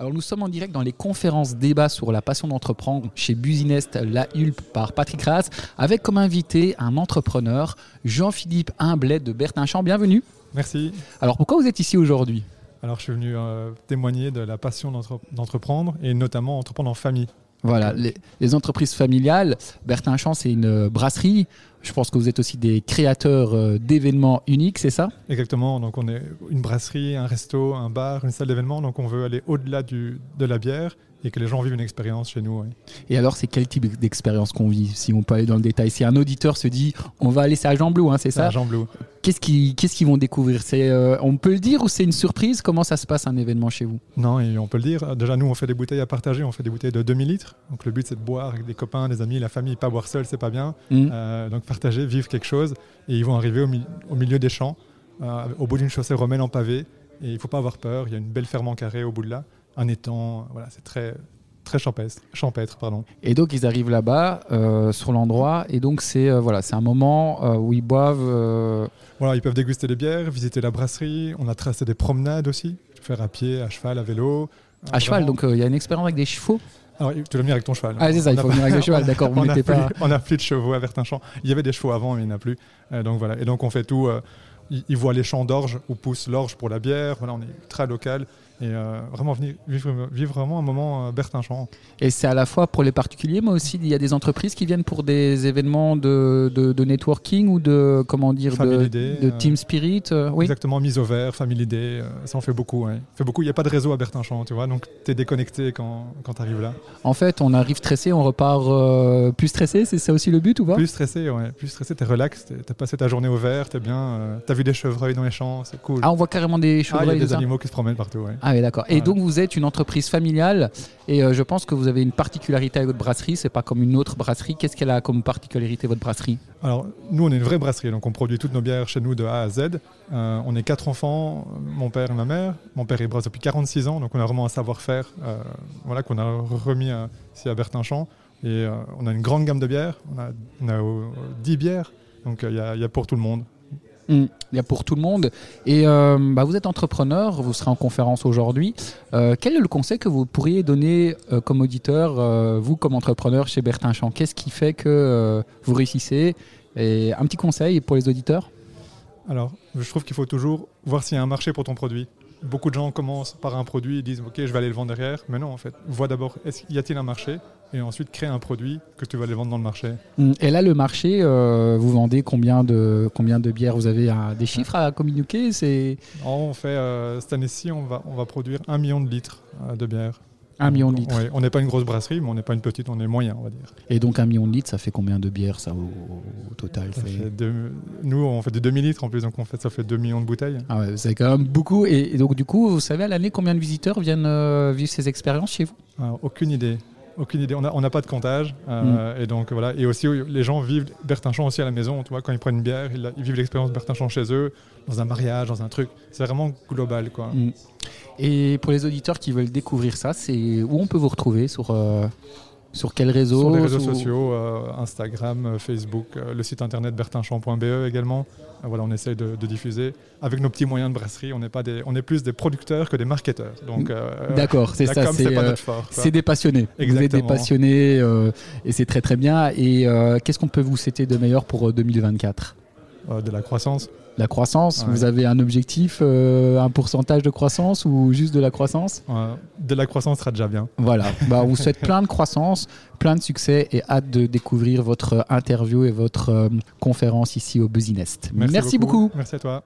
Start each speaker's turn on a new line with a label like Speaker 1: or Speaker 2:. Speaker 1: Alors nous sommes en direct dans les conférences débats sur la passion d'entreprendre chez Businest La Hulpe par Patrick Raz avec comme invité un entrepreneur, Jean-Philippe Imblet de Bertin-Champ. Bienvenue.
Speaker 2: Merci.
Speaker 1: Alors pourquoi vous êtes ici aujourd'hui
Speaker 2: Alors je suis venu euh, témoigner de la passion d'entre- d'entreprendre et notamment entreprendre en famille.
Speaker 1: Voilà, les, les entreprises familiales, Bertin-Champ c'est une euh, brasserie. Je pense que vous êtes aussi des créateurs euh, d'événements uniques, c'est ça
Speaker 2: Exactement, donc on est une brasserie, un resto, un bar, une salle d'événement, donc on veut aller au-delà du- de la bière et que les gens vivent une expérience chez nous. ouais.
Speaker 1: Et alors c'est quel type d'expérience qu'on vit Si on peut aller dans le détail, si un auditeur se dit on va aller à Jean Blou, hein, c'est ça
Speaker 2: À Jean Blou.
Speaker 1: Qu'est-ce qu'ils qu'est-ce qu'ils vont découvrir C'est, euh, On peut le dire ou c'est une surprise Comment ça se passe un événement chez vous
Speaker 2: Non, et on peut le dire, déjà nous on fait des bouteilles à partager, on fait des bouteilles de 2000 litres, donc le but c'est de boire avec des copains, des amis, la famille, pas boire seul c'est pas bien,
Speaker 1: Hmm.
Speaker 2: Euh, donc partager, vivre quelque chose. Et ils vont arriver au, mi- au milieu des champs, euh, au bout d'une chaussée romaine en pavé. Et il ne faut pas avoir peur. Il y a une belle ferme en carré au bout de là, un étang. Voilà, c'est très très champêtre. champêtre pardon.
Speaker 1: Et donc ils arrivent là-bas euh, sur l'endroit et donc c'est euh, voilà c'est un moment euh, où ils boivent. euh,
Speaker 2: Voilà, ils peuvent déguster des bières, visiter la brasserie. On a tracé des promenades aussi, faire à pied, à cheval, à vélo.
Speaker 1: à cheval, donc euh, il y a une expérience avec des chevaux.
Speaker 2: Alors, tu l'as mis avec ton cheval.
Speaker 1: Ah, c'est ça, il
Speaker 2: On a
Speaker 1: faut
Speaker 2: pas-
Speaker 1: venir avec le cheval, d'accord, vous
Speaker 2: on n'a
Speaker 1: n'étiez pas-
Speaker 2: plus- on n'a plus de chevaux à Bertinchamp. Il y avait des chevaux avant, mais il n'y en a plus. Euh, donc voilà. Et donc on fait tout. euh, ils, ils voient les champs d'orge où pousse l'orge pour la bière. Voilà, on est ultra local. Et euh, vraiment venir, vivre, vivre vraiment un moment euh, Bertinchamp.
Speaker 1: Et c'est à la fois pour les particuliers, mais aussi il y a des entreprises qui viennent pour des événements de, de, de networking ou de comment dire de,
Speaker 2: Family Day,
Speaker 1: de
Speaker 2: euh,
Speaker 1: team spirit. euh, oui.
Speaker 2: Exactement, mise au vert, family day. euh, ça, on fait beaucoup. ouais. On fait beaucoup. Il n'y a pas de réseau à Bertinchamp, tu vois. Donc tu es déconnecté quand, quand tu arrives là.
Speaker 1: En fait, on arrive stressé, on repart euh, plus stressé. C'est ça aussi le but ou pas
Speaker 2: Plus stressé, ouais. Plus stressé, t'es relax. t'es- T'as passé ta journée au vert, t'es bien. euh, t'as vu des chevreuils dans les champs, c'est cool.
Speaker 1: Ah, on voit carrément des
Speaker 2: Ah, il y a
Speaker 1: chevreuils. c'est
Speaker 2: des
Speaker 1: ça
Speaker 2: animaux qui se promènent partout, ouais.
Speaker 1: Ah oui, d'accord. Et
Speaker 2: Ouais.
Speaker 1: donc vous êtes une entreprise familiale et euh, je pense que vous avez une particularité avec votre brasserie, c'est pas comme une autre brasserie. Qu'est-ce qu'elle a comme particularité votre brasserie
Speaker 2: Alors, nous, on est une vraie brasserie, donc on produit toutes nos bières chez nous de A à Z. Euh, on est quatre enfants, mon père et ma mère. Mon père est brasse depuis 46 ans, donc on a vraiment un savoir-faire euh, voilà, qu'on a remis à- ici à Bertinchamp. Et euh, on a une grande gamme de bières, on a, on a, euh, 10 bières, donc euh, il y a- il y, a pour tout le monde.
Speaker 1: Hmm, Il y a pour tout le monde. Et euh, bah, vous êtes entrepreneur, vous serez en conférence aujourd'hui. Euh, quel est le conseil que vous pourriez donner euh, comme auditeur, euh, vous comme entrepreneur chez Bertinchamp Qu'est-ce qui fait que euh, vous réussissez Et un petit conseil pour les auditeurs
Speaker 2: Alors, je trouve qu'il faut toujours voir s'il y a un marché pour ton produit. Beaucoup de gens commencent par un produit, ils disent OK, je vais aller le vendre derrière. Mais non, en fait, vois d'abord, est-ce- y a-t-il un marché Et ensuite, crée un produit que tu vas aller vendre dans le marché.
Speaker 1: Hmm, Et là, le marché, euh, vous vendez combien de, combien de bières Vous avez un- des chiffres à communiquer C'est
Speaker 2: On fait, euh, cette année-ci, on va, on va produire un million de litres euh, de bière.
Speaker 1: un million de litres.
Speaker 2: Ouais, on n'est pas une grosse brasserie, mais on n'est pas une petite, on est moyen, on va dire.
Speaker 1: Et donc un million de litres, ça fait combien de bières ça au, au- au total
Speaker 2: Ça
Speaker 1: c'est-
Speaker 2: fait deux- nous, on fait des demi-litres en plus, donc on fait, ça fait 2 millions de bouteilles.
Speaker 1: Ah ouais, c'est quand même beaucoup. Et, et donc du coup, vous savez à l'année combien de visiteurs viennent euh, vivre ces expériences chez vous
Speaker 2: Alors, Euh, aucune idée. Aucune idée. On n'a on n'a pas de comptage.
Speaker 1: Mm.
Speaker 2: euh, Et donc, voilà. Et aussi, les gens vivent Bertinchamp aussi à la maison. Tu vois, quand ils prennent une bière, ils, la- ils vivent l'expérience Bertinchamp chez eux, dans un mariage, dans un truc. C'est vraiment global, quoi.
Speaker 1: Mm. Et pour les auditeurs qui veulent découvrir ça, c'est où on peut vous retrouver sur euh, sur quel réseau
Speaker 2: Sur les réseaux
Speaker 1: Sur-
Speaker 2: sociaux, euh, Instagram, euh, Facebook, euh, le site internet bertinchamp.be également. Euh, voilà, on essaye de, de diffuser avec nos petits moyens de brasserie. On n'est pas des, on est plus des producteurs que des marketeurs. Donc, euh,
Speaker 1: D'accord, c'est
Speaker 2: la
Speaker 1: ça.
Speaker 2: com, c'est
Speaker 1: C'est
Speaker 2: pas
Speaker 1: euh,
Speaker 2: notre fort. quoi.
Speaker 1: c'est des passionnés. Vous êtes des
Speaker 2: Exactement.
Speaker 1: passionnés euh, et c'est très très bien. Et euh, qu'est-ce qu'on peut vous souhaiter de meilleur pour euh, 2024
Speaker 2: Euh, de la croissance.
Speaker 1: La croissance
Speaker 2: Ouais.
Speaker 1: Vous avez un objectif, euh, un pourcentage de croissance ou juste de la croissance
Speaker 2: Euh, de la croissance sera déjà bien.
Speaker 1: Voilà, bah, on vous souhaite plein de croissance, plein de succès et hâte de découvrir votre interview et votre euh, conférence ici au Business. Merci, beaucoup.
Speaker 2: Merci à toi.